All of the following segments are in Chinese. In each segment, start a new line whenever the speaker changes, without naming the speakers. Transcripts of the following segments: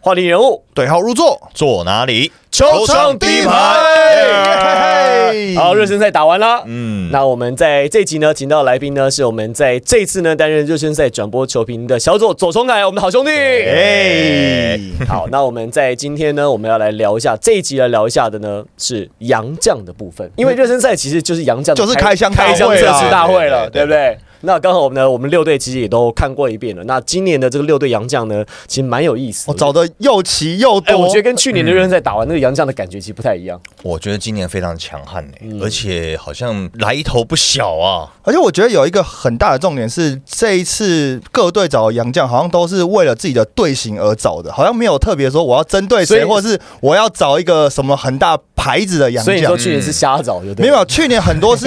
话题人物
对号入座，
坐哪里？
球
场第一排
耶
好，热身赛打完啦。
嗯，
那我们在这集呢，请到的来宾呢，是我们在这次呢担任热身赛转播球评的小左左崇凯，我们的好兄弟。
哎，
好，那我们在今天呢，我们要来聊一下这一集来聊一下的呢是洋将的部分，因为热身赛其实就是洋将的
就是开箱大
开
会啊
箱测试大会了，对
对对对
不对？那刚好我们呢，我们六队其实也都看过一遍了。那今年的这个六队洋将呢，其实蛮有意思
我嗯
的。
找的又齐又
哎、
多，
我觉得跟去年的热身赛打完那个洋将的感觉其实不太一样。
我觉得今年非常强悍呢、而且好像来头不小啊。
而且我觉得有一个很大的重点是，这一次各队找的洋将好像都是为了自己的队形而找的，好像没有特别说我要针对
所以
谁，或者是我要找一个什么很大牌子的洋
所以你说
将。嗯
去年是瞎找，对不对？
没有，，啊去年很多是，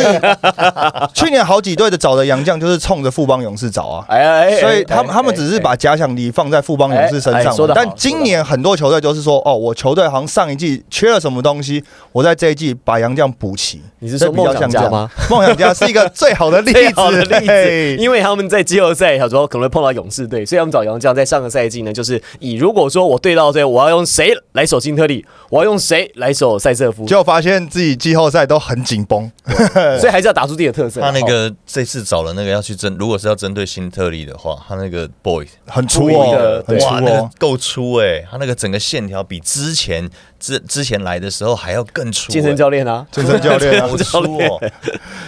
去年好几队的找的洋将就是冲着富邦勇士找啊，
哎哎哎
所以他们
哎
他们只是把假想敌放在富邦勇士身
哎
上
哎说
嘛
得，好
但今年很多球队都是说，哦，我球队好像上一季缺了什么东西，我在这一季把洋将补齐。
你是说
这比较
梦想家
像这样
吗？
梦想家是一个最好的例子， 哎
最好的例
嘿
子， 因为他们在季后赛小时候可能会碰到勇士队，所以他们找杨绛在上个赛季呢，就是以如果说我对到队，我要用谁来守辛特利，我要用谁来守塞瑟夫，
就发现自己季后赛都很紧绷，
所以还是要打出自己的特色。哦
他那个这次找了那个要去针，如果是要针对新特利的话，他那个 boy
很粗
故意的
哦，很粗
哇，那 个
哦。
够粗哎、他那个整个线条比之前之之前来的时候还要更粗、欸。
健身教练啊，
健身教练啊，
好粗哦，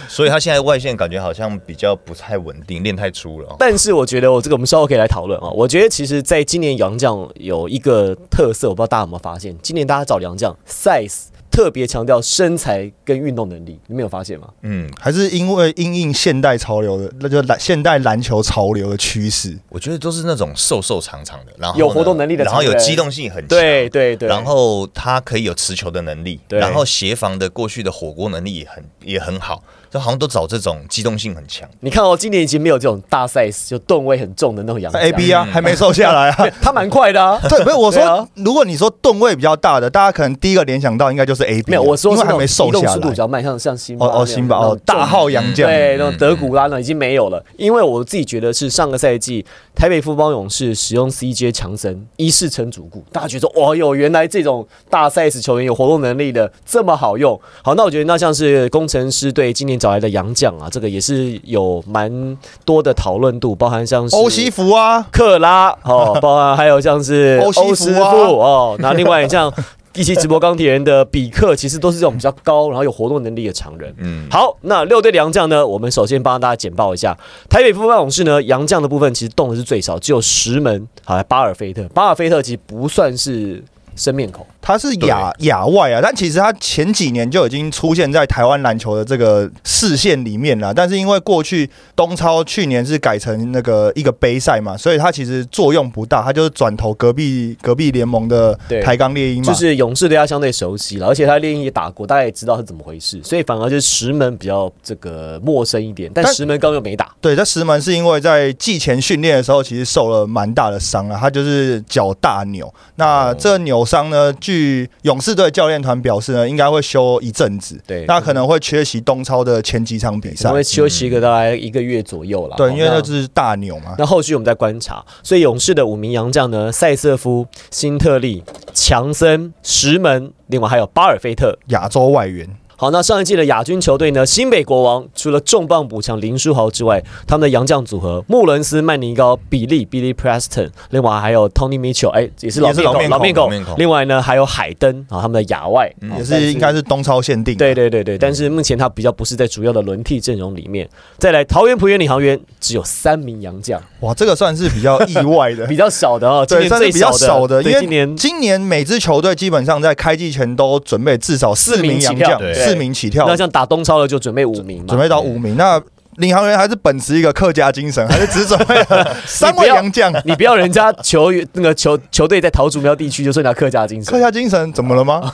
所以他现在外线感觉好像比较不太稳定，练太粗了、哦。
但是我觉得我这个我们稍后可以来讨论啊。我觉得其实在今年杨将有一个特色，我不知道大家有没有发现，今年大家找杨将 size 特别强调身材跟运动能力，你们有发现吗？
嗯，
还是因为因应现代潮流的，那就篮现代篮球潮流的趋势，
我觉得都是那种瘦瘦长长的，然后呢
有活动能力的
然后有
长人
机动性很强，
对对对，
然后他可以有持球的能力，
对
然后协防的过去的火锅能力也很也很好，就好像都找这种机动性很强。
你看哦，今年已经没有这种大 size 就吨位很重的那种洋将
A B 啊，
嗯
还没瘦下来啊。。
他蛮快的啊
对，不是我
对啊
说，如果你说吨位比较大的，大家可能第一个联想到应该就是 A B，啊
没有，我说
因
是
为
那
还
种
没
移
瘦
动
下
速度
来
比。较慢，像像辛巴
哦哦，辛巴
那种
哦，大号嗯洋将，
对那种德古拉呢，已经没有
嗯
了。因为我自己觉得是上个赛季台北富邦勇士使用 CJ 强森一世成主顾，大家觉得哇哟，原来这种大 size 球员有活动能力的这么好用。好，那我觉得那像是工程师队今年找来的洋将啊，这个也是有蛮多的讨论度，包含像是
欧西弗啊，
克拉哦， 包含还有像是
欧西
欧师
服
傅
啊
哦，那另外像一起直播钢铁人的比克，其实都是这种比较高，然后有活动能力的常人。
嗯，
好，那六队洋将呢？我们首先帮大家简报一下，台北富邦勇士呢，洋将的部分其实动的是最少，只有十门。好，巴尔菲特，巴尔菲特其实不算是生面孔，
他是亚亚外啊，但其实他前几年就已经出现在台湾篮球的这个视线里面了。但是因为过去东超去年是改成那个一个杯赛嘛，所以他其实作用不大，他就是转投隔壁隔壁联盟的
对
台钢猎鹰嘛。
就是勇士对他相对熟悉了，而且他猎鹰也打过，大家也知道是怎么回事，所以反而就是石门比较这个陌生一点，但
但
石门刚又没打。
对，在石门是因为在季前训练的时候，其实受了蛮大的伤啊，他就是脚大扭。
哦
那这个扭伤呢，据勇士队教练团表示呢，应该会休一阵子。
对
那可能会缺席东超的前几场比赛
因。为休息一个大概一个月左右了。
对，
好
因为
哦那
那就是大扭嘛。
那后续我们再观察。所以勇士的五名洋将呢，塞瑟夫、辛特利、强森、石门，另外还有巴尔菲特。
亚洲外援，
好，那上一季的亚军球队呢，新北国王除了重磅补强林书豪之外，他们的洋将组合穆伦斯、曼尼高、比利、Billy Preston，另外还有 Tony Mitchell，哎，也是老
也是
面孔，
老面嗯
孔老面孔
另外呢，还有海登啊，他们的亚外、啊
也是应该是东超限定。
对，对对对，但是目前他比较不是在主要的轮替阵容里面。再来，桃园璞园领航员只有三名洋将，
哇，这个算是比较意外的
比。较少的哦，今
哎
年
对，算是
最
比较少的，因
对，
为
今年
今年每支球队基本上在开季前都准备至少四名洋
四名起跳
将，
对
四名起跳
那，像打东超的就准备五名嘛，
准备到五名。那领航员还是秉持一个客 家精神，还是只准备了三位洋将。
你不要人家球员那个球球队在桃竹苗地区就说你要客家精
客
神，
家精神怎么 了吗？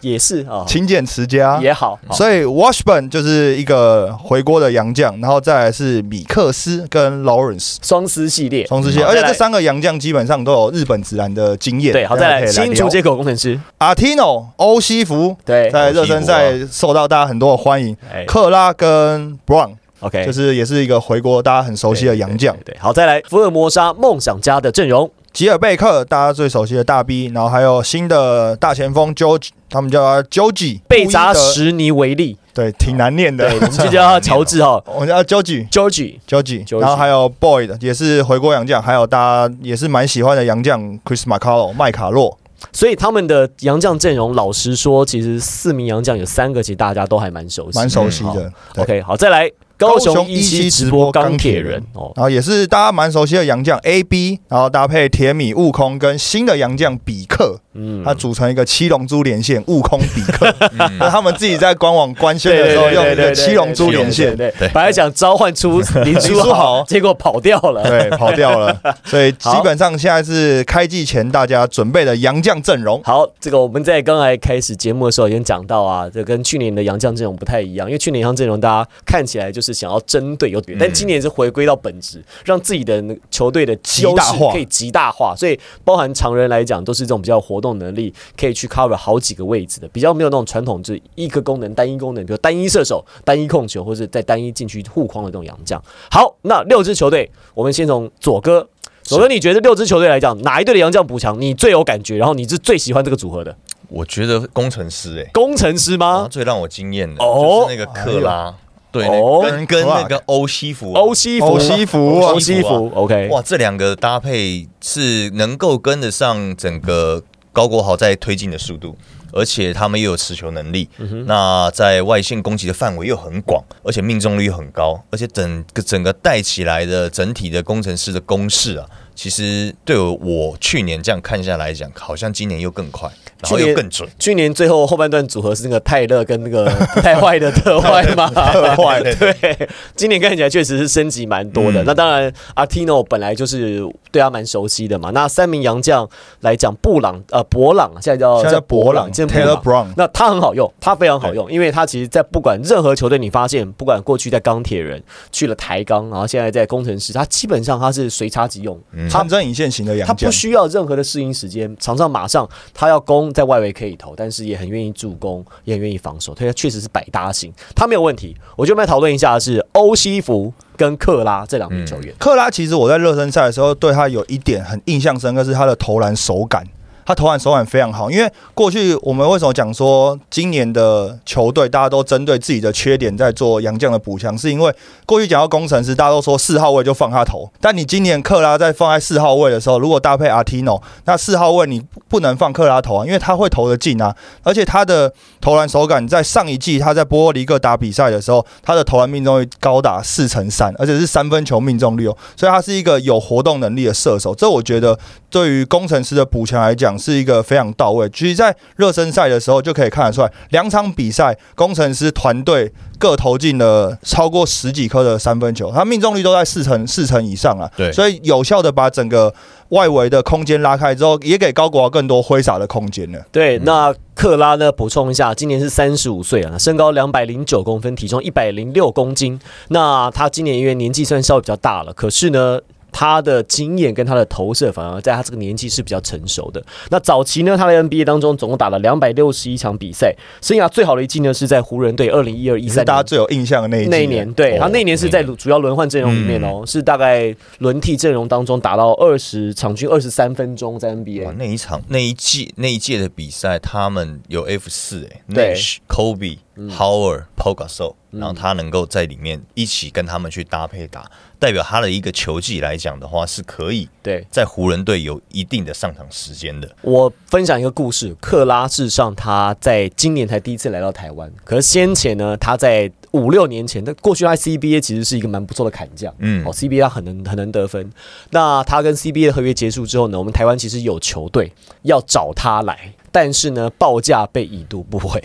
也是啊，
勤俭持家。
也好，好
所以 Washburn 就是一个回锅的洋将，然后再来是米克斯跟 Lawrence。
双狮系列，
同时期，
好
而且
再来
这三个洋将基本上都有日本职篮的经验。
对，好，再来新竹
接
接口工程师，
阿提诺、欧西弗
对
在热身赛受到大家很多的欢迎。
哎
克拉跟 Brown
，OK，
就是也是一个回国大家很熟悉的洋将。
对，对好，再来福尔摩沙梦想家的阵容，
吉尔贝克，大家最熟悉的大 B，然后还有新的大前锋 George，他们叫他 George，
贝扎，什尼维利，
对，挺难念的
对，，我们就叫他乔治哈
我叫 George。
，Georgie，
George，
Georgie
然后还有 Boyd 也是回国洋将，还有大家也是蛮喜欢的洋将 Chris Macalo 麦卡洛，
所以他们的洋将阵容，老实说，其实四名洋将有三个，其实大家都还蛮熟悉。
蛮熟悉的。对
OK，好，嗯再来高
高雄
雄一期
17
直
直
播
播
钢
钢
铁
铁
人
人
哦，
然后也是大家蛮熟悉的洋将 A B，然后搭配铁米悟空跟新的洋将比克，
嗯，
它组成一个七龙珠连线，悟空比 克，
嗯
那他们自己在官网官宣
对
的
对
时候
对
用
对
一
对对，
个七龙珠
对
连线，
对，对本来想召唤出林
书
书豪
豪，
结果跑掉 了。
对，跑掉了，所以基本上现在是开季前大家准备的洋将阵容，
好，这个我们在刚才开始节目的时候已经讲到啊，这跟去年的洋将阵容不太一样，因为去年洋将阵容大家看起来就是想要针对有，
嗯
但今年是回归到本质，让自己的那个球队的
极
优势
大化
可以极大化，所以包含常人来讲都是这种比较有活动能力，可以去 cover 好几个位置的，比较没有那种传统就是一个功能单一功能，比如单一射手、单一控球或者在单一禁区护框的这种洋将。好，那六支球队，我们先从左哥。左哥，你觉得六支球队来讲，哪一队的洋将补强你最有感觉？然后你是最喜欢这个组合
啊
的
我觉得工程师哎、
工程师
然后
吗？
最让我惊艳的
啊哦
就是那个克拉，对，
哦
那跟跟那个欧西弗啊、
欧西弗，
欧西弗
欧西弗，OK，
哇，这两个搭配是能够跟得上整个高国豪在推进的速度，而且他们又有持球能力，那在外线攻击的范围又很广，而且命中率又很高，而且整个整个带起来的整体的工程师的攻势啊，其实对我我去年这样看下来讲，好像今年又更快，然后
去
又
年
更准。
去年最后后半段组合是那个泰勒跟那 个太坏的特坏嘛，特
坏对
对，今年看起来确实是升级蛮多的。
嗯
那当然，Artino 本来就是对他蛮熟悉的嘛。那三名洋将来讲，布朗呃博朗现在叫
哦现在叫博朗
现在布
Taylor Brown
那他很好用，他非常好用，因为他其实，在不管任何球队，你发现不管过去在钢铁人去了台钢，然后现在在工程师，他基本上他是随插即用，他
长针引线型的
他
洋
不
将。
需要任何的适应时间，场上马上他要攻，在外围可以投，但是也很愿意助攻，也很愿意防守，所以他确实是百搭型，他没有问题。我觉得我们来讨论一下的是欧西弗跟克拉这两名球员，
克拉其实我在热身赛的时候对他有一点很印象深刻，是他的投篮手感。他投篮手感非常好，因为过去我们为什么讲说今年的球队大家都针对自己的缺点在做洋将的补强，是因为过去讲到工程师，大家都说四号位就放他投，但你今年克拉在放在四号位的时候，如果搭配阿提诺，那四号位你不能放克拉投啊，因为他会投得进啊，而且他的投篮手感在上一季他在波利克打比赛的时候，他的投篮命中率高达四成三，而且是三分球命中率哦，所以他是一个有活动能力的射手。这我觉得对于工程师的补强来讲是一个非常到位。其实，在热身赛的时候就可以看得出来，两场比赛工程师团队各投进了超过十几颗的三分球，他命中率都在四成四成以上啊。
对
所以有效的把整个外围的空间拉开之后，也给高国豪更多挥洒的空间了。
对，那克拉呢？补充一下，今年是三十五岁了，身高两百零九公分，体重一百零六公斤。那他今年因为年纪算稍微比较大了，可是呢。他的经验跟他的投射，反而在他这个年纪是比较成熟的。那早期呢，他在 NBA 当中总共打了两百六十一场比赛，生涯最好的一季呢是在湖人队二零一二一
也是
三
大家最有印象的那一季
那一年，对，
哦
他那一年是在主要轮换阵容里面哦，是大概轮替阵容当中打到二十，场均二十三分钟在 NBA
哇，。那一场那一季那一届的比赛，他们有 F 四哎
对嗯
，Nash、Kobe、Howard、p o g a s o 然后他能够在里面一起跟他们去搭配打，代表他的一个球技来讲的话，是可以
对，
在湖人队有一定的上场时间的。
我分享一个故事，克拉事实上他在今年才第一次来到台湾，可是先前呢，他在五六年前，那过去他在 CBA 其实是一个蛮不错的砍将，
嗯
哦，CBA 他很能很能得分。那他跟 CBA 的合约结束之后呢，我们台湾其实有球队要找他来，但是呢，报价被已读不 回。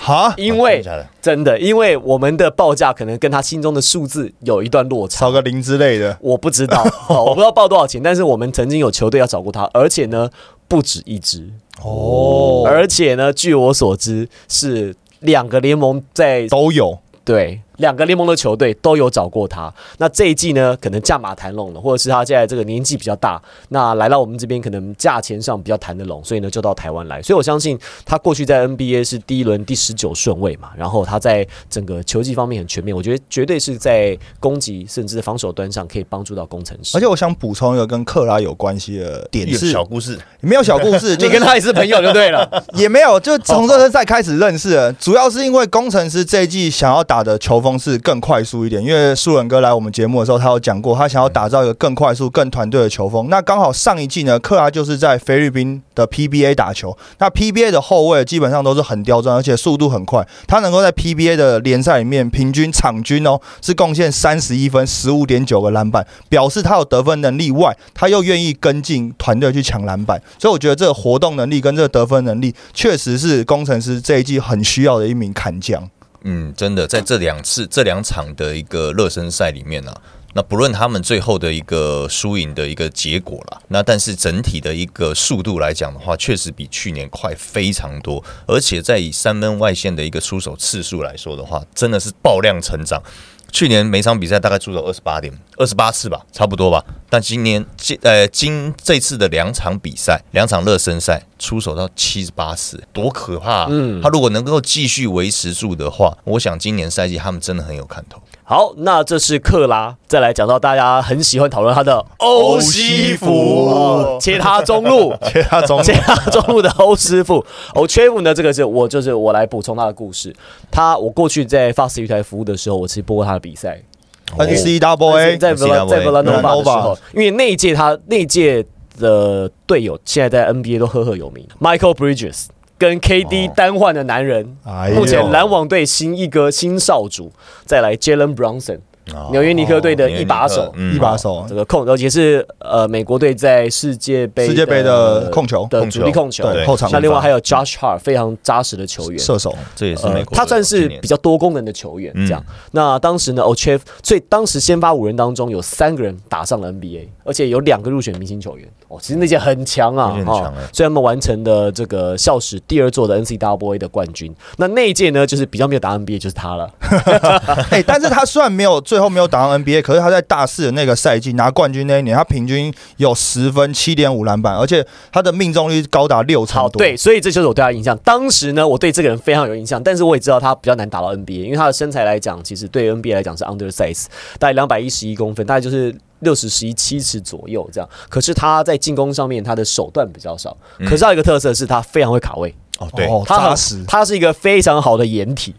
哈，
因为
哦真的假的
真的，因为我们的报价可能跟他心中的数字有一段落差
少。个零之类的。
我不知 道、哦我不知道报多少钱，但是我们曾经有球队要找过他，而且呢不止一支哦，而且呢，据我所知是两个联盟在
都有，
对两个联盟的球队都有找过他。那这一季呢，可能价码谈拢了，或者是他现在这个年纪比较大，那来到我们这边可能价钱上比较谈得拢，所以呢就到台湾来。所以我相信他过去在 NBA 是第一轮第十九顺位嘛，然后他在整个球技方面很全面，我觉得绝对是在攻击甚至防守端上可以帮助到工程师。
而且我想补充一个跟克拉有关系的点
有
是
小，故事，
没有小故 事，就
你
是
跟他也哦是朋友就对了，
也没有，就从热身赛开始认识了。主要是因为工程师这一季想要打的球风是更快速一点，因为素人哥来我们节目的时候，他有讲过，他想要打造一个更快速、更团队的球风。那刚好上一季呢，克拉就是在菲律宾的 PBA 打球，那 PBA 的后卫基本上都是很刁钻，而且速度很快。他能够在 PBA 的联赛里面平均场均哦是贡献三十一分、十五点九个篮板，表示他有得分能力外，他又愿意跟进团队去抢篮板，所以我觉得这个活动能力跟这个得分能力确实是工程师这一季很需要的一名砍将。
哦
嗯，真的在这两次这两场的一个热身赛里面呢、啊，那不论他们最后的一个输赢的一个结果啦，那但是整体的一个速度来讲的话，确实比去年快非常多，而且在以三分外线的一个出手次数来说的话，真的是爆量成长。去年每场比赛大概出手二十八点，二十八次吧，差不多吧。但今年今呃今这次的两场比赛，两场热身赛出手到七十八次，多可怕、嗯，他如果能够继续维持住的话，我想今年赛季他们真的很有看头。
好，那这是克拉，再来讲到大家很喜欢讨论他的欧西服，哦切他中路，
切他中
切他中路的欧师傅，欧缺傅呢？这个是我就是我来补充他的故事。他我过去在 Fox 育台服务的时候，我其实播过他的比赛，
N C Double
在
A
在 Vla- 在
NCAA
Villanova 的时候
Villanova，
因为那一届他那一届的队友现在在 NBA 都赫赫有名，Michael Bridges 跟 KD 单换的男人，
哦哎呦
目前篮网队新一哥新少主，再来 Jalen Brunson，
哦
纽约尼克队的
纽约
一
尼
把
克
手。
嗯
一把手
这，个控，而且是呃，美国队在世界杯
世界杯的控球
的
控
主力
球
控球。
对后场
那另外还
有
有 Josh Hart 非常扎实的球员，
射手，
这也是
呃
美国队哦、
他算是
今年
比较多功能的球员，
嗯
这样。那当时呢 o c h e f 所以当时先发五人当中有三个人打上了 NBA，而且有两个入选明星球员。哦，其实那届很强啊
那，届很强哎
所以他们完成了这个校史第二座的 NCAA 的冠军。那那一届呢，就是比较没有打 NBA 就是他了，
哎、但是他虽然没有最后没有打上 NBA，可是他在大四的那个赛季拿冠军那一年，他平均有十分、七点五篮板，而且他的命中率高达六成
好，
多。
对，，所以这就是我对他的印象。当时呢，我对这个人非常有印象，但是我也知道他比较难打到 NBA，因为他的身材来讲，其实对 NBA 来讲是 undersize，大概两百一十一公分，大概就是六十十一七尺左右这样。可是他在进攻上面，他的手段比较少，可是他有一个特色是他非常会卡位，
哦对
哦
哦
他很
扎实
他是一个非常好的掩体，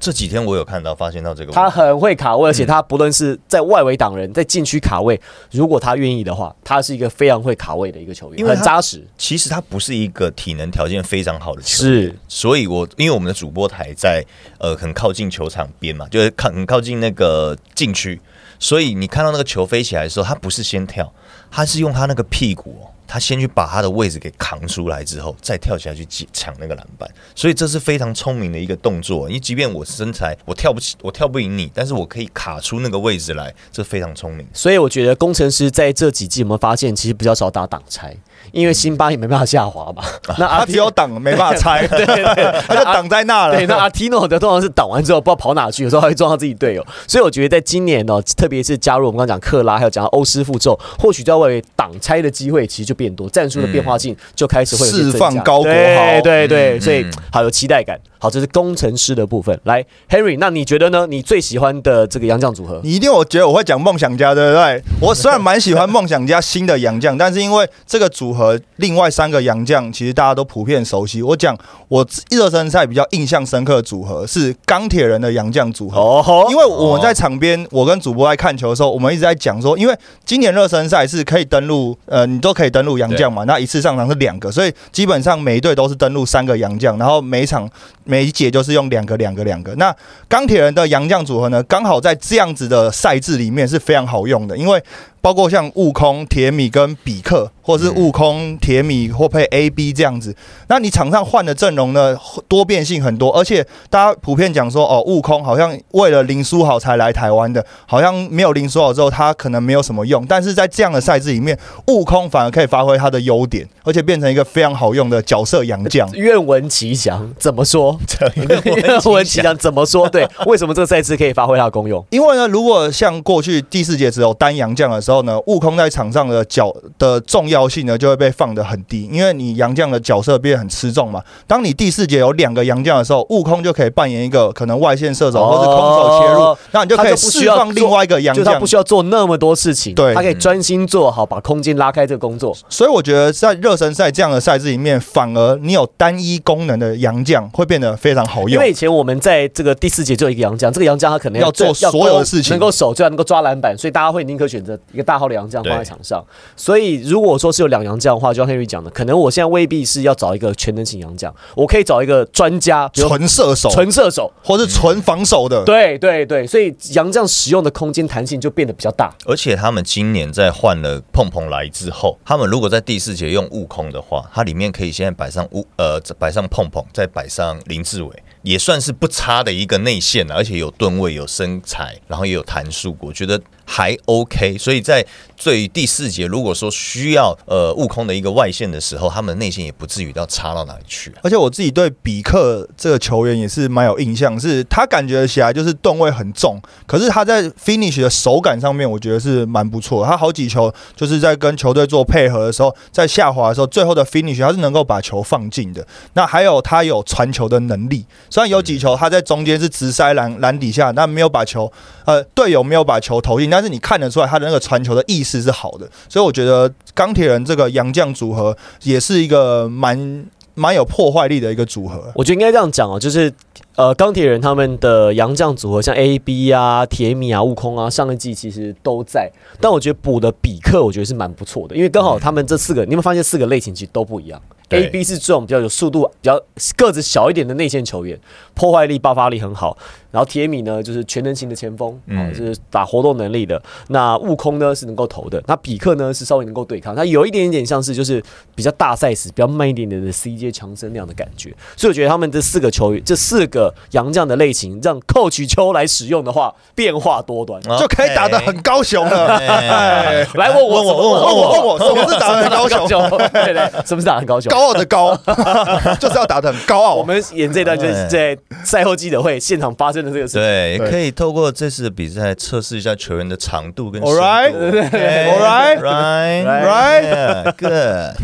这几天我有看到发现到这个问题
他很会卡位，而且他不论是在外围挡人，在禁区卡位，如果他愿意的话，他是一个非常会卡位的一个球员，
因为他
很扎实，
其实他不是一个体能条件非常好的球员，
是
所以我因为我们的主播台在呃很靠近球场边嘛，就是靠很靠近那个禁区，所以你看到那个球飞起来的时候，他不是先跳，他是用他那个屁股、哦，他先去把他的位置给扛出来之后，再跳起来去接抢那个篮板，所以这是非常聪明的一个动作。因为即便我身材我跳不起，我跳不赢你，但是我可以卡出那个位置来，这非常聪明。
所以我觉得工程师在这几季，我们发现其实比较少打挡拆，因为辛巴也没办法下滑 嘛。那阿
他只有挡没办法拆，
对对对，
哦 他就挡在那了。
对，那阿提诺的通常是挡完之后不知道跑哪去，有时候还会撞到自己队友。所以我觉得在今年哦，特别是加入我们刚刚讲克拉，还有讲到欧师傅之后，或许在外围挡拆的机会其实就变多，战术的变化性就开始会有些增加
释放高国豪
对对对，
嗯
所以
嗯
好有期待感。好，这是工程师的部分。来，Henry，那你觉得呢？你最喜欢的这个洋将组合？
你一定我觉得我会讲梦想家，对不 对？我虽然蛮喜欢梦想家新的洋将，但是因为这个组合另外三个洋将其实大家都普遍熟悉。我讲我热身赛比较印象深刻的组合是钢铁人的洋将组合。
哦吼
因为我们在场边，我跟主播在看球的时候，我们一直在讲说，因为今年热身赛是可以登录，呃，你都可以登录洋将嘛，那一次上场是两个，所以基本上每一队都是登录三个洋将，然后每一场每一节就是用两个、两个、两个。那钢铁人的洋将组合呢，刚好在这样子的赛制里面是非常好用的，因为包括像悟空、铁米跟比克，或是悟空、铁米或配 A B 这样子。那你场上换的阵容呢，多变性很多，而且大家普遍讲说，哦，悟空好像为了林书豪才来台湾的，好像没有林书豪之后，他可能没有什么用。但是在这样的赛制里面，悟空反而可以发挥他的优点，而且变成一个非常好用的角色洋将。
愿闻其详，怎么说？
说者 袁
文
文
琪
琪
讲怎么说？对，为什么这个赛制可以发挥它的功用？
因为呢，如果像过去第四节只有单杨将的时候呢，悟空在场上的角的重要性呢就会被放得很低，因为你杨将的角色变得很吃重嘛。当你第四节有两个杨将的时候，悟空就可以扮演一个可能外线射手
哦
或是空手切入，那 你就可
他
以
就不需
释
要
放另外一个杨
就他
将
不。需要做那么多事情，
对
他可以专心做好把空间拉开这个工作。
所以我觉得在热身赛这样的赛制里面，反而你有单一功能的杨将会变得非常好
因
用
为。以前我们在这个第四节就有一个杨将，这个杨将他可能
要做所有的事情
能够守，最好能够抓篮板，所以大家会宁可选择一个大号的杨将
对
放在场上。所以如果说是有两杨将的话，就像 Henry 讲的，可能我现在未必是要找一个全能型杨将，我可以找一个专家，比如
纯射手，
纯射手。
或是纯防守的，
对对对，所以杨将使用的空间弹性就变得比较大。
而且他们今年在换了碰碰来之后，他们如果在第四节用悟空的话，它里面可以现在摆上悟呃摆上碰碰，再摆上林志伟，也算是不差的一个内线啊了，而且有吨位、有身材，然后也有弹速，我觉得还 OK。所以在最第四节，如果说需要呃悟空的一个外线的时候，他们内线也不至于到差到哪里去、啊。
而且我自己对比克这个球员也是蛮有印象，是他感觉起来就是吨位很重，可是他在 finish 的手感上面，我觉得是蛮不错的。他好几球就是在跟球队做配合的时候，在下滑的时候，最后的 finish 他是能够把球放进的。那还有他有传球的能力，虽然有几球他在中间是直塞篮篮底下，但没有把球呃队友没有把球投进，但是你看得出来他的那个传球的意识是好的。所以我觉得钢铁人这个洋将组合也是一个蛮。蛮有破坏力的一个组合。
我觉得应该这样讲哦，就是呃，钢铁人他们的洋将组合，像 A B 啊、铁米啊、悟空啊，上一季其实都在，但我觉得补的比克，我觉得是蛮不错的，因为刚好他们这四个，你有没有发现四个类型其实都不一样
对
？A B 是这种比较有速度、比较个子小一点的内线球员，破坏力、爆发力很好。然后铁米呢，就是全能型的前锋，
嗯
哦，就是打活动能力的。那悟空呢是能够投的，那比克呢是稍微能够对抗，他有一点点像是就是比较大 size、比较慢一点点的 CJ 强森那样的感觉。所以我觉得他们这四个球员，这四个洋将的类型，让 Coach 秋来使用的话，变化多端。
就可以打得很高雄了。 哎
来问我，
问我问我问我，什么是打得很高雄？
雄？对对，什么是打得很高雄？
高傲的高， 就是要打得很高傲。啊
我们演这段就是
哎
在赛后记者会现场发生的这个事情。
对，
对
可以透过这次的比赛测试一下球员的长度跟深
All
度。
right，all right，
right, right, good。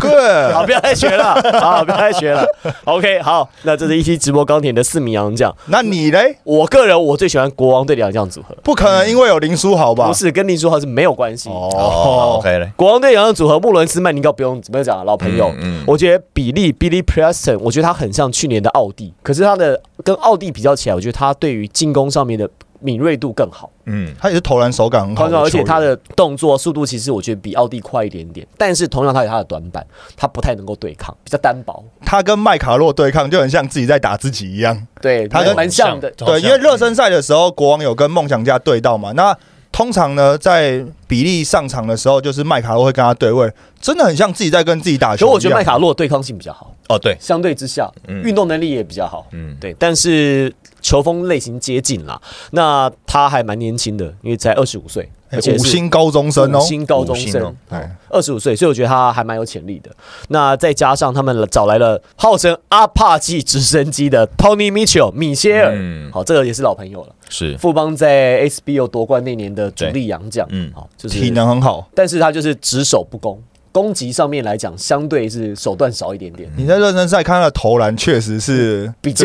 good，
好，不要再学了，好，不要再学了。OK，好，那这是一期直播钢铁的四名洋将。
那你嘞？
我个人我最喜欢国王队的洋将组合，
不可能，因为有林书豪吧？
不是跟林书豪是没有关系。
哦、o k 嘞，
国王队洋将组合，穆伦斯曼尼高不用怎么讲了，老朋友。
嗯嗯
我觉得比利 Billy Preston，我觉得他很像去年的奥地，可是他的跟奥地比较起来，我觉得他对于进攻上面的敏锐度更好。
嗯，
他也是投篮手感很好
同
的
样，
球员，
而且他的动作速度其实我觉得比奥地快一点点，但是同样他有他的短板，他不太能够对抗，比较单薄。
他跟麦卡洛对抗就很像自己在打自己一样。
对，
他跟
蛮像的。
好
对，
像
因为热身赛的时候，国王有跟梦想家对到嘛。那通常呢，在比利上场的时候，就是麦卡洛会跟他对位，真的很像自己在跟自己打
可
球一样。
我觉得麦卡洛对抗性比较好，
哦对，
相对之下，
嗯
运动能力也比较好。
嗯，
对，但是球风类型接近啦。那他还蛮年轻的，因为才二十五岁，
哎
而且
五
是
星高中生哦
五，星高中
五星
生
哦，
哎
二十五岁，所以我觉得他还蛮有潜力的。那再加上他们找来了号称阿帕奇直升机的 Tony Mitchell 米歇尔，
嗯
好，这个也是老朋友了。
是，
富邦在 SBO 夺冠那年的主力洋将，
嗯
好，就是
体能很好。
但是他就是只守不攻，攻击上面来讲，相对是手段少一点点，
你在热身赛看他的投篮，确实是
比较
就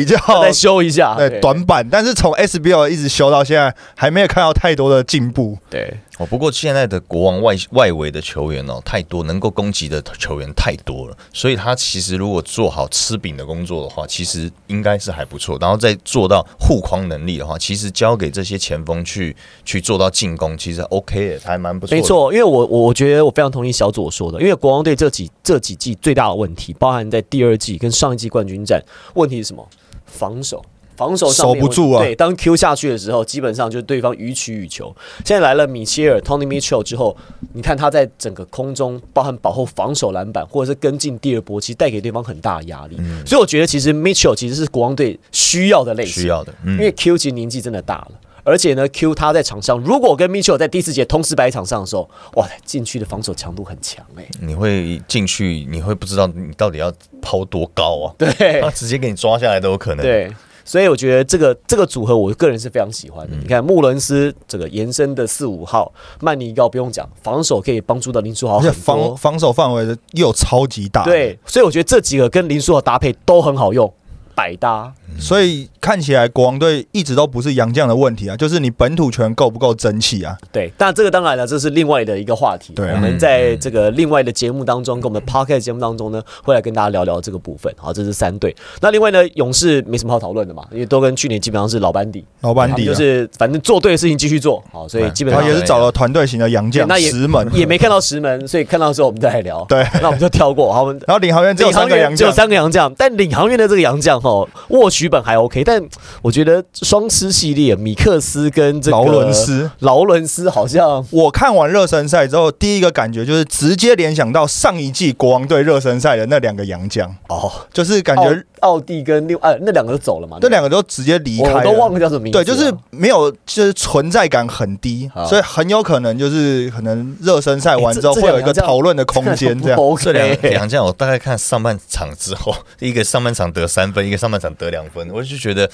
是比
要
较
再修一下，
对短板，但是从 SBL 一直修到现在，还没有看到太多的进步。
对，
哦，不过现在的国王外外围的球员哦太多，能够攻击的球员太多了，所以他其实如果做好吃饼的工作的话，其实应该是还不错。然后再做到护框能力的话，其实交给这些前锋去去做到进攻，其实 OK 的，还蛮不错。
没，错，因为我我我觉得我非常同意小左说的，因为国王队这几这几季最大的问题，包含在第二季跟上一季冠军战，问题是什么？防守。防守上面
守不住啊
对，当 Q 下去的时候，基本上就是对方予取予求。现在来了米切尔 Tony Mitchell 之后，你看他在整个空中，包含保护防守篮板，或者是跟进第二波，其实带给对方很大的压力。
嗯
所以我觉得其实 Mitchell 其实是国王队需要的类型，
需要的，嗯
因为 Q 其实年纪真的大了，而且呢，Q 他在场上，如果跟 Mitchell 在第四节同时摆场上的时候，哇，禁区的防守强度很强哎、
你会进去，你会不知道你到底要抛多高啊？
对
他直接给你抓下来都有可能。，
对，所以我觉得这个这个组合，我个人是非常喜欢的。你看穆伦斯这个延伸的四五号，曼尼高不用讲，防守可以帮助到林书豪
而
很
且
多
防。防守范围又超级大，，
对，所以我觉得这几个跟林书豪搭配都很好用，百搭。
所以看起来国王队一直都不是洋将的问题啊，就是你本土权够不够争气啊？
对，但这个当然了，这是另外的一个话题。
对啊嗯
我们在这个另外的节目当中，跟我们 p o c k e t 节目当中呢，会来跟大家聊聊这个部分。好，这是三队。那另外呢，勇士没什么好讨论的嘛，因为都跟去年基本上是老班底，
老班底、啊、
就是反正做对的事情继续做。好，所以基本
然
上
后也是找了团队型的洋将
对那也
石门，
也没看到石门，所 以看到的时候我们再来聊。
对，
那我们就跳过。好，我们
然后领航员只有
领航
三个
员
洋
只有
将，
三个洋将，但领航员的这个洋将哈，沃许本还 OK，但我觉得双狮系列米克斯跟这个
劳伦斯。
劳伦斯好像
我看完热身赛之后，第一个感觉就是直接联想到上一季国王队热身赛的那两个洋将，
哦，
就是感觉
奥奥蒂跟另呃、那两个都走了嘛？
这两个都直接离
我
开
我都忘
了。
了叫什么名字啊
对，
了，
就是没有，就是存在感很低
好，
所以很有可能就是可能热身赛完之后
欸这
会有一个
这两个洋将
讨论的空间，这样
不
这两
OK，
两将我大概看上半场之后，一个上半场得三分，一个上半场得两分，我就觉得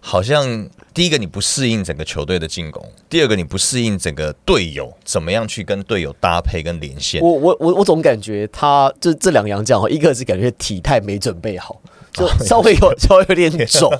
好像第一个你不适应整个球队的进攻，第二个你不适应整个队友怎么样去跟队友搭配跟连线。
我我我我总感觉他就这两个洋将哈，一个是感觉体态没准备好，就
哦
稍微有稍微有点肿，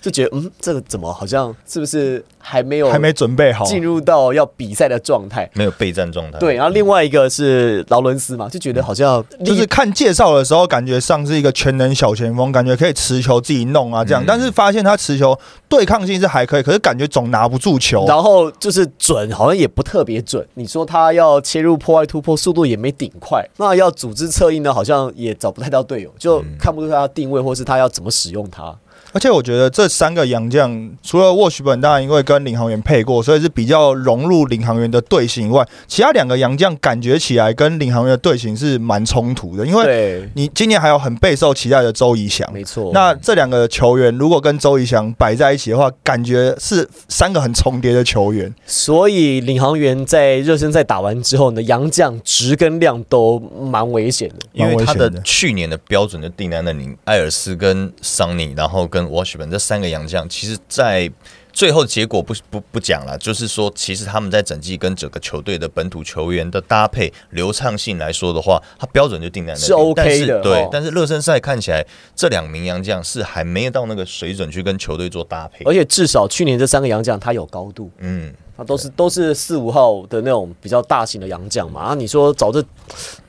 就觉得嗯，这个怎么好像是不是还没有
还没准备好。
进入到要比赛的状态？
没有备战状态，
对，然后另外一个是劳伦斯嘛，就觉得好像
嗯就是
力
看介绍的时候，感觉上是一个全能小前锋，感觉可以持球自己弄啊
嗯
这样，但是发现他持球对抗性是还可以，可是感觉总拿不住球。
然后就是准，好像也不特别准。你说他要切入破坏突破，速度也没顶快，那要组织策应呢，好像也找不太到队友，就看不出他的定位或是他要怎么使用它。
而且我觉得这三个洋将，除了沃许本当然因为跟领航员配过，所以是比较融入领航员的队形以外，其他两个洋将感觉起来跟领航员的队形是蛮冲突的。因为
对，
你今年还有很备受期待的周怡翔，
没错。
那这两个球员如果跟周怡翔摆在一起的话，感觉是三个很重叠的球员。
所以领航员在热身赛打完之后呢，杨将值跟量都蛮危险的。
因为
蛮危
他的
险的
去年的标准就定在那里，艾尔斯跟桑尼，然后跟 Washburn 这三个洋将，其实，在最后结果不不不讲了，就是说，其实他们在整季跟整个球队的本土球员的搭配流畅性来说的话，他标准就定在那里
是 OK
但是
的
对，
哦
但是热身赛看起来，这两名洋将是还没有到那个水准去跟球队做搭配
而。且至少去年这三个洋将他有高度，
嗯，
他都是都是四五号的那种比较大型的洋将嘛。啊，你说找这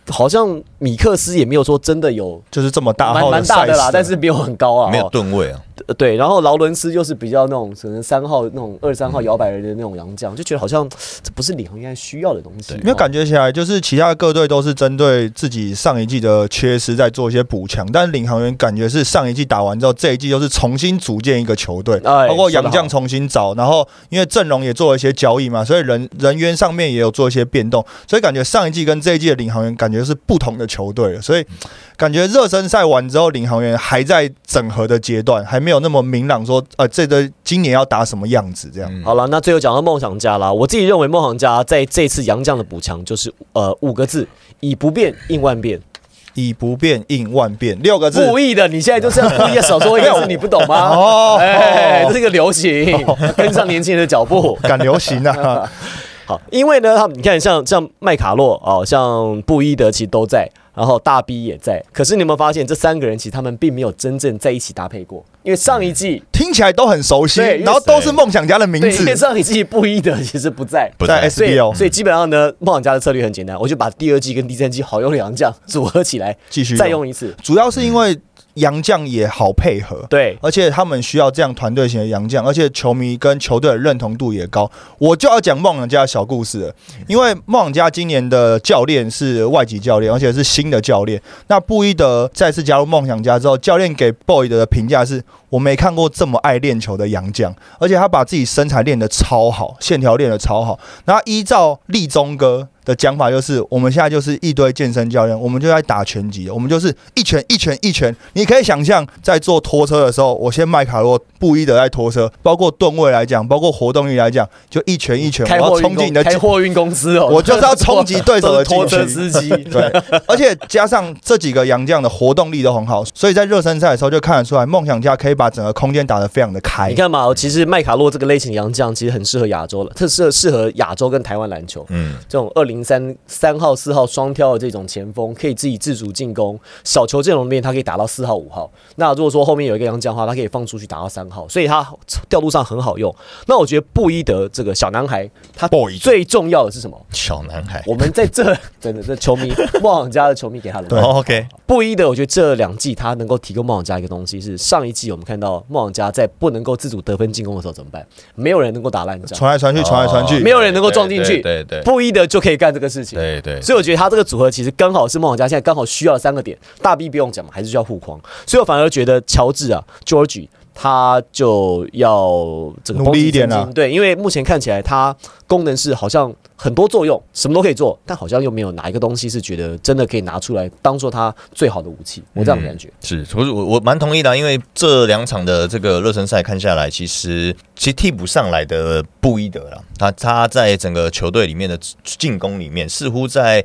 好像米克斯也没有说真的有
就是这么大
蛮
号的
蛮大的
size
啦，但是没有很高啊。
没有
哦
吨位啊，
呃对，然后劳伦斯又是比较那种可能三号那种二三
嗯
号摇摆人的那种洋将，就觉得好像这不是领航应该需要的东西。
对
没有
哦
感觉起来，就是其他各队都是针对自己上一季的缺失在做一些补强，但领航员感觉是上一季打完之后，这一季又是重新组建一个球队，
哎
包
说
括
得
杨将
好
重新找，然后因为阵容也做了一些交易嘛，所以人人员上面也有做一些变动，所以感觉上一季跟这一季的领航员感觉是不同的球队了，所以感觉热身赛完之后，领航员还在整合的阶段，还没有那么明朗说，呃，这个今年要打什么样子这样。
好了，那最后讲到梦想家啦，我自己认为梦想家在这次杨将的补强就是呃五个字：以不变应万变。
以不变应万变，六个字。
故意的，你现在就是要故意的少说一个 字，你不懂吗？
哦
哎，这是一个流行，跟上年轻人的脚步。
敢流行
嗯
啊！
好，因为呢，他们你看像像麦卡洛哦，像布伊德其实都在，然后大 B 也在。可是你有没有发现，这三个人其实他们并没有真正在一起搭配过？因为上一季，
听起来都很熟悉，
对因为
然后都是梦想家的名
对，因
字
为，上一季布伊德其实不在。
不
在
太
所以，
SBL
所以基本上呢，梦想家的策略很简单，我就把第二季跟第三季好用的洋将 组合起来，
继续哦
再用。一次。
主要是因为杨将也好配合，
对，
而且他们需要这样团队型的洋将，而且球迷跟球队的认同度也高。我就要讲梦想家的小故事了，因为梦想家今年的教练是外籍教练，而且是新的教练。那布伊德再次加入梦想家之后，教练给 Boyd 的评价是：我没看过这么爱练球的洋将，而且他把自己身材练得超好，线条练得超好。然后依照立中哥的讲法就是，我们现在就是一堆健身教练，我们就在打拳击，我们就是一拳一拳一拳。你可以想象，在做拖车的时候，我先迈卡洛布一的在拖车，包括吨位来讲，包括活动力来讲，就一拳一拳，我
开
要
货
冲
运
击你
公
的
开货运公司哦，
我就是要冲击对手的
都是拖
禁
车
区
司机。
对，而且加上这几个洋将的活动力都很好，所以在热身赛的时候就看得出来，梦想家可以把整个空间打得非常的开
你。看嘛，其实麦卡洛这个类型的洋将其实很适合亚洲了，特适合适合亚洲跟台湾篮球。
嗯，
这种二零三三号、四号双挑的这种前锋，可以自己自主进攻。小球阵容里面，他可以打到四号、五号。那如果说后面有一个洋将的话，他可以放出去打到三号，所以他调度上很好用。那我觉得布伊德这个小男孩，他
Boy
最重要的是什么？
小男孩。
我们在这 真的这球迷梦想家的球迷给他的
对
帽子
哦 OK，
布伊德，我觉得这两季他能够提供梦想家一个东西是，上一季我们看到梦想家在不能够自主得分进攻的时候怎么办？没有人能够打烂仗，
传来传去，传来传去
哦没，有人能够撞进去
哦对对对
布伊德就可以干这个事情。
对对，
所以我觉得他这个组合其实刚好是梦想家现在刚好需要的三个点，大 B 不用讲嘛，还是需要护框。所以我反而觉得乔治啊，George 他就要这个
努力一点啊
绷紧神经对，因为目前看起来他功能是好像很多作用，什么都可以做，但好像又没有哪一个东西是觉得真的可以拿出来当做他最好的武器，我这
嗯
样的感觉。
是，我我我蛮同意的啊、因为这两场的这个热身赛看下来，其实其实替补上来的布伊德啦，他他在整个球队里面的进攻里面，似乎在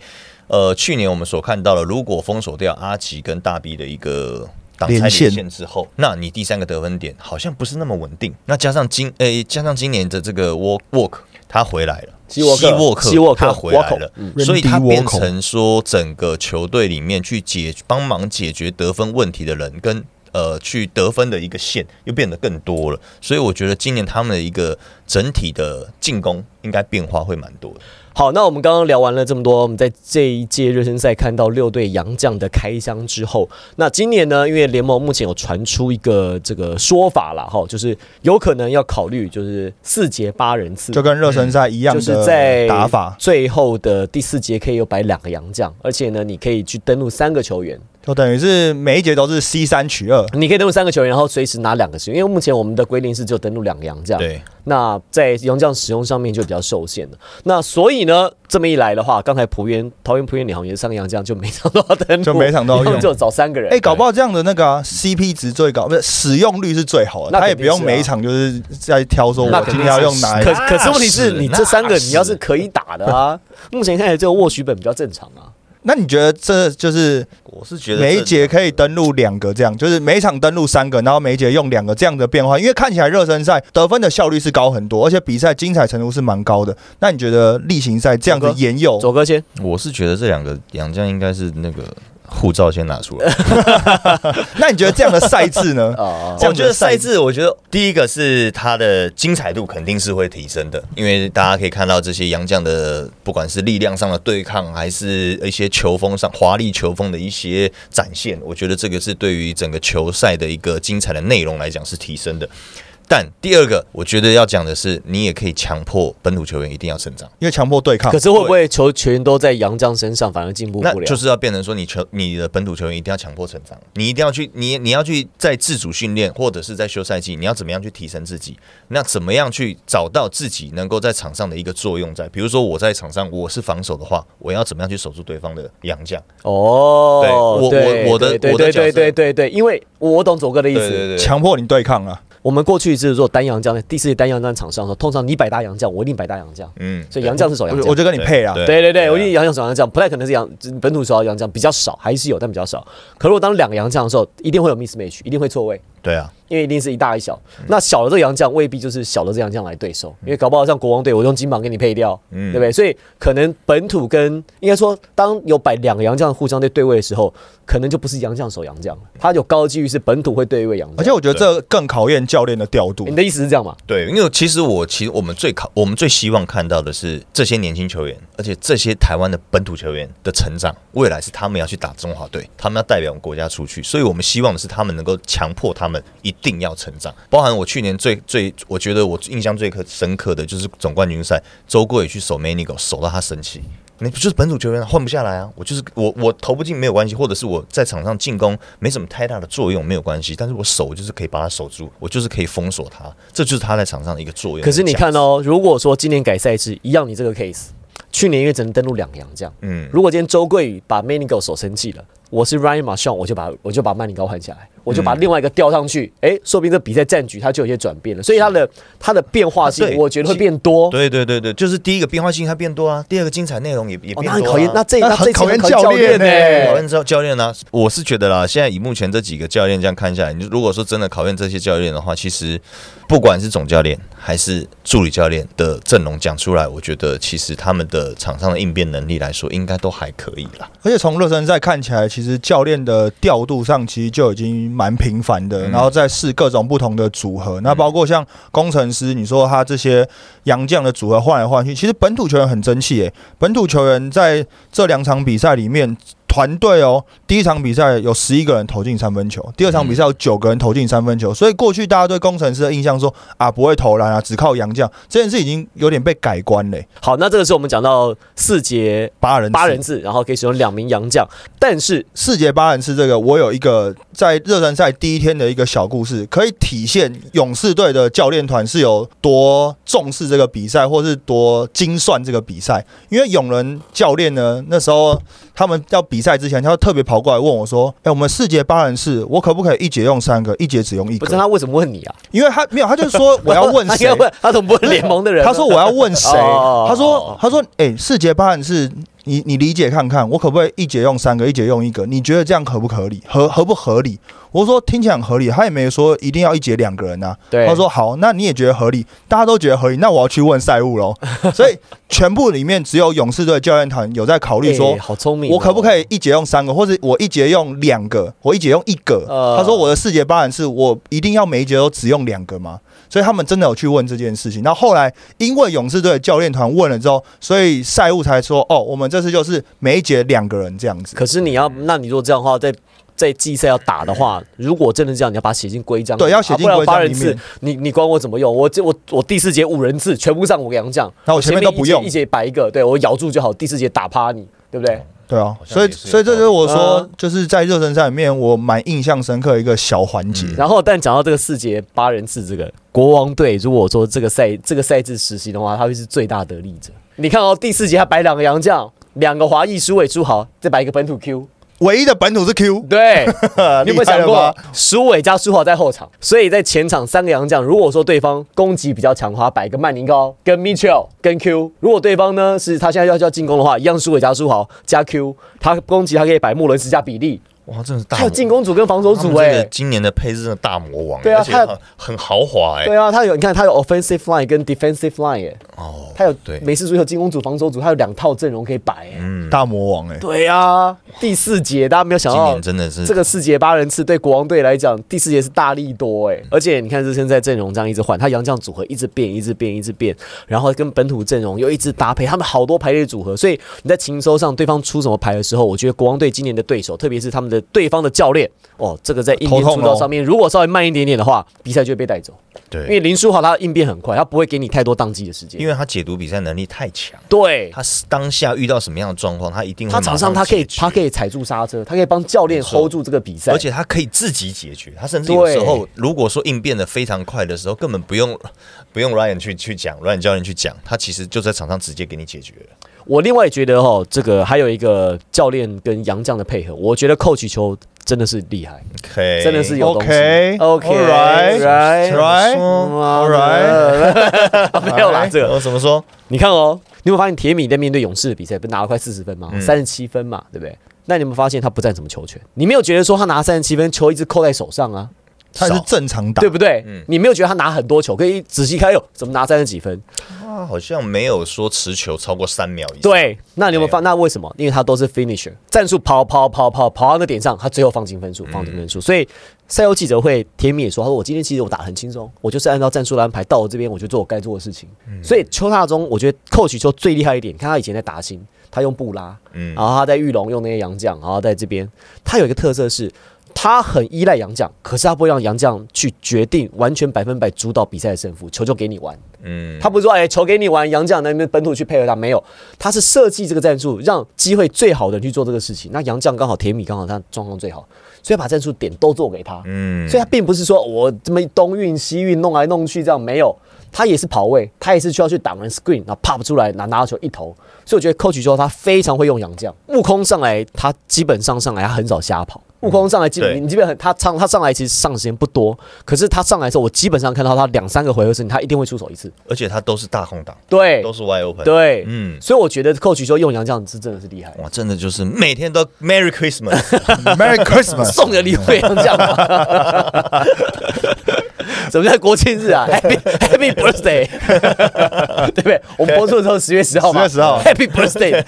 呃去年我们所看到的，如果封锁掉阿奇跟大 B 的一个。挡拆
连线
连线之后，那你第三个得分点好像不是那么稳定。那加上今诶、加上今年的这个 Walk Walk，他回来了，
希沃克
希沃克
希沃克
他回来
Walker，
了，
嗯
所以他
Randy
变
Walker
成成说整个球队里面去解帮忙解决得分问题的人跟。呃，去得分的一个线又变得更多了，所以我觉得今年他们的一个整体的进攻应该变化会蛮多的。
好，那我们刚刚聊完了这么多，我们在这一届热身赛看到六队洋将的开箱之后，那今年呢，因为联盟目前有传出一个这个说法啦，哈，就是有可能要考虑就是四节八人次，
就跟热身赛一样
就是在
的打法，
最后的第四节可以有摆两个洋将，而且呢，你可以去登录三个球员，
就等于是每一节都是 C 三取二。
你可以登录三个球员，然后随时拿两个球员，因为目前我们的规定是只有登录两个洋将，
啊
对，
那在洋将使用上面就比较受限了。那所以呢，这么一来的话，刚才浦原桃园浦原里好像也是三个洋将，就每场都要登录，
就每场都要用
他们就找三个人。
哎、搞不好这样的那个、啊、CP 值最高，不是使用率是最好的，
那
他也
肯
不
定是啊
用每一场就是在挑说
那
我
肯定
今天要用哪一
可
个。
可是问题是
那
你这三个
那
你要是可以打的啊，目前看起来只有沃许本比较正常啊。
那你觉得这就是
我是觉得
每一节可以
登。
登录两个这样，就是每一场登录三个，然后每一节用两个这样的变化，因为看起来热身赛得分的效率是高很多，而且比赛精彩程度是蛮高的。那你觉得例行赛这样子沿用，
左哥先，？
我是觉得这两个杨将应该是那个护照先拿出来。
那你觉得这样的赛制呢
啊、
这
我
样
觉
的
得
赛
赛制，我觉得第一个是它的精彩度肯定是会提升的，因为大家可以看到这些洋将的，不管是力量上的对抗，还是一些球风上华丽球风的一些展现，我觉得这个是对于整个球赛的一个精彩的内容来讲是提升的。但第二个，我觉得要讲的是，你也可以强迫本土球员一定要成长。
因为强迫对抗
可，是会不会球全都在洋将身上，反而进步
那
不了？
就是要变成说，你球你的本土球员一定要强迫成长，你一定要去，你你要去在自主训练或者是在休赛季，你要怎么样去提升自己？那怎么样去找到自己能够在场上的一个作用在？比如说我在场上我是防守的话，我要怎么样去守住对方的洋将？
哦，
对我
对
我我的
对
我的
对
角
对
色
对对对，因为我懂左哥的意思。
强迫你对抗啊。
我们过去就是做单洋将的，第四届单洋将场上的时候，通常你摆大洋将，我一定摆大洋将，
嗯，
所以洋将是守
我
洋
我
将。
就跟你配啊。
对对对，
啊
我一定洋将守洋将，不太可能是洋本土守到洋将比较少，还是有但比较少。可如果当两个洋将的时候，一定会有 mismatch，一定会错位。
对啊，
因为一定是一大一小，
嗯
那小的这个洋将未必就是小的这洋将来对手，因为搞不好像国王队，我用金榜给你配掉，对
嗯
不对？所以可能本土跟应该说，当有摆两个洋将互相对对位的时候，可能就不是洋将守洋将了，他有高几率是本土会对位洋将。
而且我觉得这更考验教练的调度
你。的意思是这样嘛？
对，因为其实我其实我们最考我们最希望看到的是这些年轻球员，而且这些台湾的本土球员的成长，未来是他们要去打中华队，他们要代表我们国家出去，所以我们希望的是他们能够强迫他们一定要成长。包含我去年最最我觉得我印象最刻深刻的就是总冠军赛，周贵宇去守 Manigo，守到他生气。你不就是本土球员啊换不下来啊？我就是我，我投不进没有关系，或者是我在场上进攻没什么太大的作用没有关系，但是我守就是可以把他守住，我就是可以封锁他，这就是他在场上的一个作用。
哦可是你看，哦，如果说今年改赛制一样，你这个 case，去年因为只能登陆两洋这样。
嗯，
如果今天周桂宇把 Manigo 手生气了，我是 Ryan 马上我就把我就把曼尼高换下来，我就
嗯
把另外一个调上去，诶，说不定这比赛战局它就有些转变了。所以它
嗯
的它的变化
啊
性，
对
我觉得会变多。
对对对对，就是第一个变化性它变多啊，第二个精彩内容也也
哦，
变多、
那
啊
很考验，那这
那
那
很
这次
考验
很
教练
呢、
欸
讨论教教练呢、我是觉得啦，现在以目前这几个教练这样看下来，你如果说真的考验这些教练的话，其实不管是总教练还是助理教练的阵容讲出来，我觉得其实他们的场上的应变能力来说，应该都还可以啦。
而且从热身赛看起来，其实教练的调度上其实就已经蛮频繁的，
嗯
然后再试各种不同的组合。那包括像工程师，你说他这些洋将的组合换来换去，其实本土球员很争气诶。本土球员在这两场比赛里面，团队哦，第一场比赛有十一个人投进三分球，第二场比赛有九个人投进三分球。所以过去大家对工程师的印象说啊，不会投篮啊，只靠洋将，这件事已经有点被改观嘞。
好，那这个是我们讲到四节
八人制
八人制，然后可以使用两名洋将，但是
世界八人是这个，我有一个在热身赛第一天的一个小故事，可以体现勇士队的教练团是有多重视这个比赛，或是多精算这个比赛。因为勇人教练呢，那时候他们要比赛之前，他就特别跑过来问我说：“哎、我们世界八人是，我可不可以一节用三个，一节只用一
不是
个
他为什么问你啊？？”
因为他没有，他就说我要问
他应
谁
该，问他怎 么不问联盟的人呢？啊
他说我要问谁？
哦
他说他说哎、世界八人是你你理解看看，我可不可以一节用三个，一节用一个？你觉得这样合不合理？合合不合理？我说听起来很合理，他也没说一定要一节两个人啊。
对，
他说好，那你也觉得合理，大家都觉得合理，那我要去问赛务喽。所以全部里面只有勇士队教练团有在考 虑说
哎。好聪明哦，
我可不可以一节用三个，或者我一节用两个，我一节用一个？
呃
他说我的四节八人是我一定要每一节都只用两个吗？所以他们真的有去问这件事情。那后来因为勇士队的教练团问了之后，所以赛务才说哦，我们这次就是每一节两个人这样子。
可是你
嗯
要，那你如果这样的话，在在季赛要打的话，如果真的这样，你要把它写进规章里面，
对要写进
啊不
规
然
章
八
里
人次
面，
你你管我怎么用？我这我我第四节五人次全部上五个洋将，
那我前面都不用
一节一节摆一个，对我咬住就好，第四节打趴你，对不对？
对啊，
像
所以
也是
所以这就是我说
嗯，
就是在热身赛里面我蛮印象深刻的一个小环节。
然后，但讲到这个四节八人制，这个国王队，如果说这个赛这个赛制实行的话，他会是最大得利者。你看哦，第四节他摆两个洋将，两个华裔苏伟朱豪，再摆一个本土 Q，
唯一的本土是 Q，
对， 你有没有
厉害
想
了吧
过，苏伟加苏豪在后场，所以在前场三个洋将，如果说对方攻击比较强的话，摆一个曼宁高跟 Mitchell 跟 Q；如果对方呢是他现在要要进攻的话，一样苏伟加苏豪加 Q，他攻击他可以摆莫伦斯加比利，
哇，真的是大
还有
魔
进攻组跟防守
哎他们
组
这
哎、
个今年的配置真的大魔王、哎
对啊
而且
他
很很豪华哎、
对啊，他有你看他有 offensive line 跟 defensive line 哎、
哦，
他有
对
美式足球进攻组、防守组，他有两套阵容可以摆哎、
嗯，
大魔王哎、
对啊，第四节大家没有想
今
到
年，真的是
哦这个四节八人次对国王队来讲，第四节是大力多哎、而且你看这现在阵容这样一直换，他洋将组合一直变，一直变，一直变，然后跟本土阵容又一直搭配，他们好多排列组合，所以你在情搜上对方出什么牌的时候，我觉得国王队今年的对手，特别是他们的对方的教练，哦，这个在应变
头痛
出道
哦
上面，如果稍微慢一点点的话，比赛就会被带走，因为
对，
林书豪他的应变很快，他不会给你太多宕机的时间
因，为他解读比赛能力太强，
对。
他是当下遇到什么样的状况，他一定会
他场上
马
他可以
解决
他可以踩住刹车，他可以帮教练
没错
hold 住这个比赛，
而且他可以自己解决，他甚至有时候如果说应变的非常快的时候，根本不用不用 Ryan 去去讲，Ryan 教练去讲，他其实就在场上直接给你解决了。
我另外觉得哦，这个还有一个教练跟杨将的配合，我觉得扣取球真的是厉害，
OK，
真的是有东西。
OK，
OK，
alright，
right，嗯
right，
right，没有啦，这个
我怎么说？
你看哦，你有没有发现铁米在面对勇士的比赛不是拿了快四十分吗？
嗯
三十七分嘛，对不对？那你有没有发现他不占什么球权？你没有觉得说他拿三十七分球一直扣在手上啊，
他是
少
正常打
对，不对？
嗯
你没有觉得他拿很多球，可以仔细看，哎呦，怎么拿三十几分？
他啊好像没有说持球超过三秒以上。，
对，那你有没有发？那为什么？因为他都是 finisher，战术跑跑跑跑跑到那点上，他最后放进分数，放进分数。所以赛后记者会，田米也说，他说我今天其实我打得很轻松，我就是按照战术的安排，到我这边我就做我该做的事情。所以邱大中，我觉得 coach 说最厉害一点，你看他以前在达兴，他用布拉，
嗯
然后他在玉龙用那些洋将，然后在这边，他有一个特色是。他很依赖洋将，可是他不会让洋将去决定完全百分百主导比赛的胜负，球就给你玩。
嗯，
他不是说哎、球给你玩，杨将那边本土去配合他，没有，他是设计这个战术，让机会最好的人去做这个事情。那杨将刚好铁米刚好他状况最好，所以把战术点都做给他。
嗯
所以他并不是说我这么东运西运弄来弄去这样没有，他也是跑位，他也是需要去挡人 screen，然后 pop 出来拿拿到球一投。所以我觉得 coach 说他非常会用洋将，悟空上来他基本上上来他很少瞎跑。悟空上来基
嗯对
本你基本很他上他上来其实上时间不多，可是他上来的时候，我基本上看到他两三个回合时，他一定会出手一次。
而且他都是大空档，
对
都是 wide open。，
对，
嗯，
所以我觉得 coach 说用洋将是真的是厉害。
哇，真的就是每天都 Merry Christmas，
Merry Christmas，
送的礼物也要这样吗？ 什么叫国庆 日啊？Happy Happy Birthday，对不对？我们播出的 时候十月十号嘛，
10月10号
，Happy Birthday。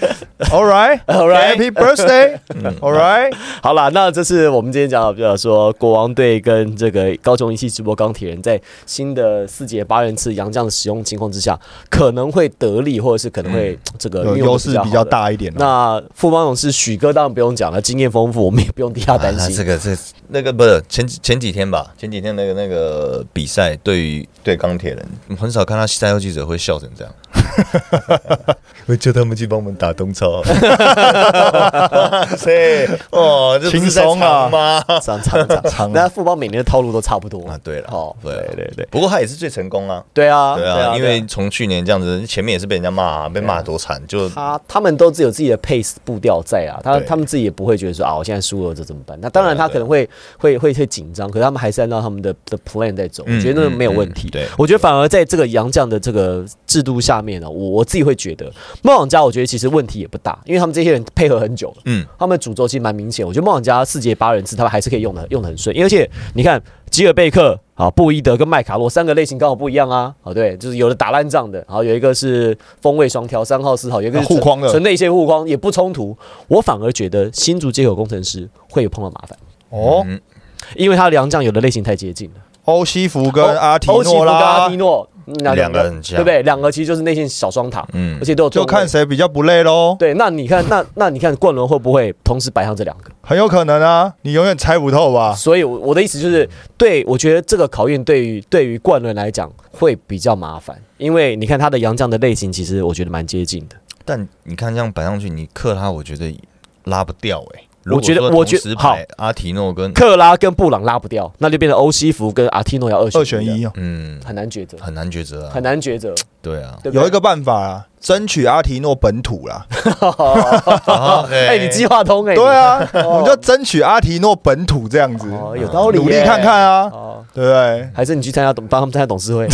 All right,
All right. 嗯
Happy birthday. All right，
好啦，那这是我们今天讲的，比较说国王队跟这个高雄一汽直播钢铁人在新的四节八人次洋将的使用情况之下，可能会得利，或者是可能会这个运呃
嗯有
用得
优势
好
比较
的。
大一点啊。
那富邦勇士许哥当然不用讲了，经验丰富，我们也不用替他担
啊
心。
那这个这那个不是前几前几天吧？前几天那个那个比赛，对于对钢铁人，很少看到赛后记者会笑成这样。会叫他们去帮 我们打东 超，对，哦，这不是在
轻松啊
藏吗？
长长长，那富邦每年的套路都差不多
啊，对了，
哦，
对了
对对
不过他也是最成功啊，
对啊，
对啊，因为从去年这样子，前面也是被人家骂啊，被骂多惨，就
他他们都自有自己的 pace 步调在啊，他
对
他们自己也不会觉得说啊，我现在输了这怎么办？那当然
对啊
他可能会会会会紧张，可是他们还是按照他们的的 plan 在走，我
嗯
觉得那没有问题
嗯嗯。对
我觉得反而在这个杨将的这个制度下面呢，啊我我自己会觉得梦想家，我觉得其实问题也不大，因为他们这些人配合很久了。
嗯，
他们的主轴其实蛮明显，我觉得梦想家四节八人次，他们还是可以用的用的很顺，而且你看吉尔贝克啊、布伊德跟麦卡洛三个类型刚好不一样啊，啊对，就是有的打烂仗的，然后有一个是锋卫双挑三号四号，有一个是
啊护框的
纯内线护框也不冲突，我反而觉得新竹接口工程师会碰到麻烦，
哦，
嗯
因为他的两将有的类型太接近了，
欧西弗跟阿提
哦欧欧西
诺
弗跟阿
拉
提，诺嗯那
两个很像
对不对？两个其实就是内线小双塔，
嗯
而且都有
就
中卫
看谁比较不累喽。
对，那你看那那你看冠伦会不会同时摆上这两个？
很有可能啊，你永远猜不透吧？
所以，我我的意思就是，对我觉得这个考验对于对于冠伦来讲会比较麻烦，因为你看他的洋将的类型，其实我觉得蛮接近的。
但你看这样摆上去，你克他，我觉得拉不掉哎、
我觉得
如果
我
说
觉
同时
好
排阿提诺跟
克拉跟布朗拉不掉，那就变成欧西弗跟阿提诺要二
二
选
选
一
一
了，
哦，
嗯
很难抉择，
很难抉择啊，
很难抉择。
对啊。
对不对
有一个，办法啊，争取阿提诺本土 啦。
哎，
哦
你计划通哎，
对啊，
哦
我们就争取阿提诺本土这样子，
哦，有道理耶，
努力看看啊，
哦。
对不对？
还是你去参加董，帮他们参加董 事会，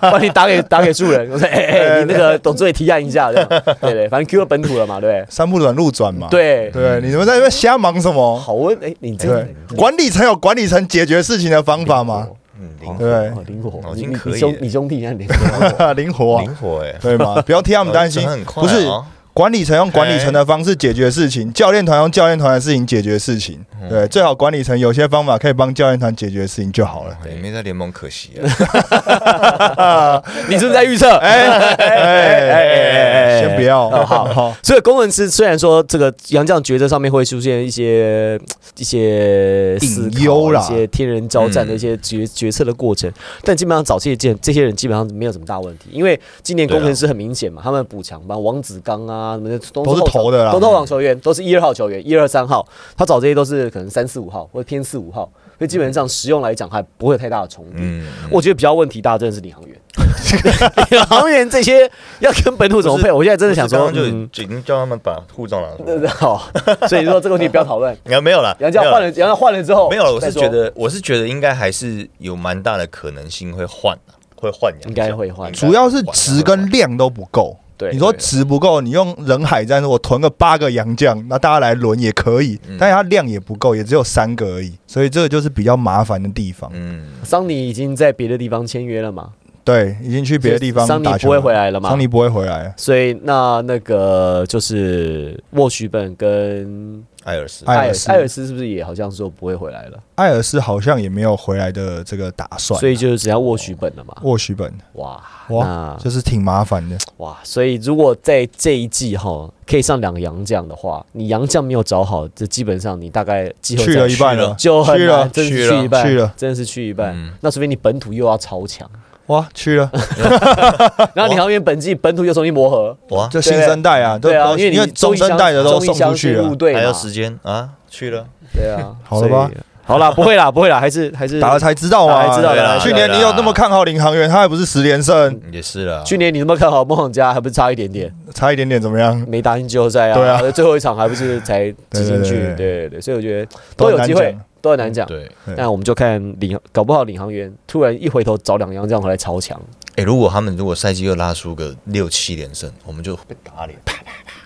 帮你打给打给素人，我说哎哎，你那个董事会提案一下，这 样对对，反正 Q 了本土了嘛，对
三不转路转嘛。
不对？对，
对，你们在那边瞎忙什么？
好问哎，你这个
对，管理层有管理层解决事情的方法嘛，
嗯
好
灵
对
哦灵活，
脑
你
筋
你
可
你
以
兄
耶
你兄弟现 在灵哦活，
灵活啊
灵，活哎、欸，
对吗？不要替他
他
们担心，
很
啊
快、
不是
哦，
管理层用管理层的方式解决事情，教练团用教练团的事情解决事情。
嗯
对，最好管理层有些方法可以帮教练团解决事情就好了。
也没在联盟可惜啊。
你是不是在预测？
哎哎哎
哎
哎，先不要，
哦好
好，
所以工程师虽然说这个杨将抉择上面会出现一些一些思考
隐忧啦嗯
一些天人交战的一些决、决策的过程，但基本上早期的这这些人基本上没有什么大问题，因为今年工程师很明显嘛，他们补强吧，王子刚啊什么的
都是投的啦
都是后场球员，都是一二号球员，一二三号，他找这些都是可能三四五号或者偏四五号，所以基本上使用来讲还不会有太大的重叠。
嗯，
我觉得比较问题大的真的是领航员，领航员这些要跟本土怎么配？我现在真的想说，
刚刚就
嗯
已经叫他们把护照拿出来。
好，所以你说这个问题不要讨论。
你看没有啦，
杨绛
没有啦
换了，杨绛换了之后
没有了，我是
再说
觉得，我是觉得应该还是有蛮大的可能性会换啊，会换杨绛，
应该会换
应该
主要是
会换
值跟量都不够。
对
你说
对
值不够，你用人海战术，我囤个八个洋将，那大家来轮也可以，
嗯
但是它量也不够，也只有三个而已，所以这个就是比较麻烦的地方。
嗯，
桑尼已经在别的地方签约了嘛，
对，已经去别的地方
桑尼
打球
不会回来了嘛
桑尼不会回来。啊
所以那那个就是沃许本跟
艾尔斯，
艾尔斯
艾尔斯是不是也好像说不会回来了？
艾尔斯好像也没有回来的这个打算，
所以就只要沃许本了嘛。
沃许本
哇，
哇
那，
就是挺麻烦的。
哇，所以如果在这一季哈可以上两个洋将的话，你洋将没有找好，这基本上你大概季后赛
去了一半了，
就很
去
难，
了
真是
去了
一半，
去了
真的是去一半。
嗯
那除非你本土又要超强，
哇，去了，
然后你航员本季本土又重新磨合，
哇，
这新生代哦啊，都
对啊，
都
因为你
因为中生代的都送出去
入
了，
队
还
嘛
有，时间啊，去了，
对啊，
好了吧
所以？好啦，不会啦，不会啦，还是还是
打了才知道
打
嘛，
了才知道
对啦
去年你有那么看好领航员，他还不是十连胜，
也是啦。
去年你那么看好梦想家，还不是差一点点
差一点点怎么样？
没打进季后赛啊？
对啊，
最后一场还不是才挤进去？对
对对对
对对，所以我觉得都有机
都很
会
难讲，
都很难讲。
对，
对
那我们就看领，搞不好领航员突然一回头找两样这样回来超强，
哎、如果他们如果赛季又拉出个六七连胜，我们就被打脸。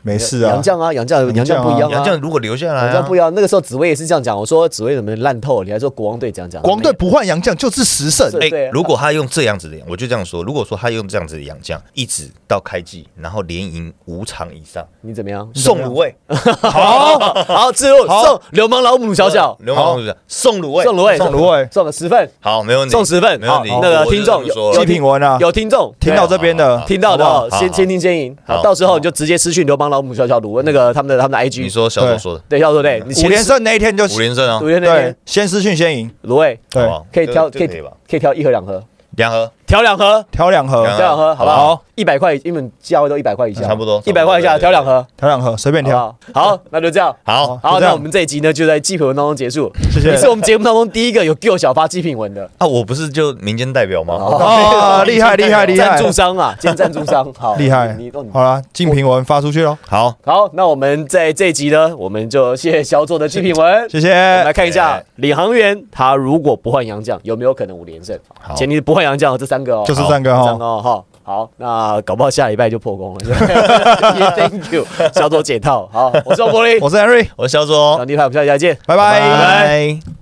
没事啊
杨，绛啊，杨绛，杨绛不一样
杨
啊，
绛如果留下来、
杨
啊
绛，不一样。那个时候紫薇也是这样讲，我说紫薇怎么烂透了，你还说国王队这样讲，
国王队不换洋将就是十胜，
是
哎、
对啊
如果他用这样子的，我就这样说，如果说他用这样子的洋将，一直到开季，然后连赢五场以上，
你怎么样？嗯
送卤味，
好好，自入送流氓老母小小，
流氓是不是送卤味，
送卤味，
送卤味
送了十份，
好，没问题，
送十份。
没问题
好那个
我就
听众
这么说
有
了
季品文啊，
有听众
听到这边
好好
的
好
听到的
好不好
哦，先
好
先听先赢。好，
好
到时候你就直接私讯流氓老母小小卢那个他们的他们的 IG。
你说小左说的
对，要说对，你
五连胜那一天就
五连胜啊
卢，连那
对
边，
先失训先赢，
卢伟
对
好不好
可以挑，
这
可以
这可以吧？
可以挑一盒两盒，
两盒，
调两盒，
挑两盒，
调两盒，好不好
好？
一百块，因为价位都一百块以下，
差不多
一百块以下
差不多对对
调两盒，
挑两盒，随便
好不
挑。
好？好，那就这样。
好。
好，
就这
那
样
我们这一集呢，就在祭品文当中结束。谢
谢
你是我们节目当中第一个有 Q 小发祭品文的
啊，我不是就民间代表吗？
哦
哦，厉害厉害厉
赞
害
助，商啊，兼赞助商，好
厉害
你你！
好了，竞评文发出去喽，
好，
好，那我们在这一集呢，我们就谢谢小左的祭品文，
谢
我们来
谢。
看一下
哎
领航员，他如果不换洋将，有没有可能五连胜？
好
前提是不换洋将哦，这三个哦，
就是三个
好
哦
三个哦哈。好，那搞不好下礼拜就破功了。Yeah, Thank you，小左解套。好，我是王柏林，
我是 Henry，
我是小左哦
小，弟派，我们下礼拜见。
拜拜。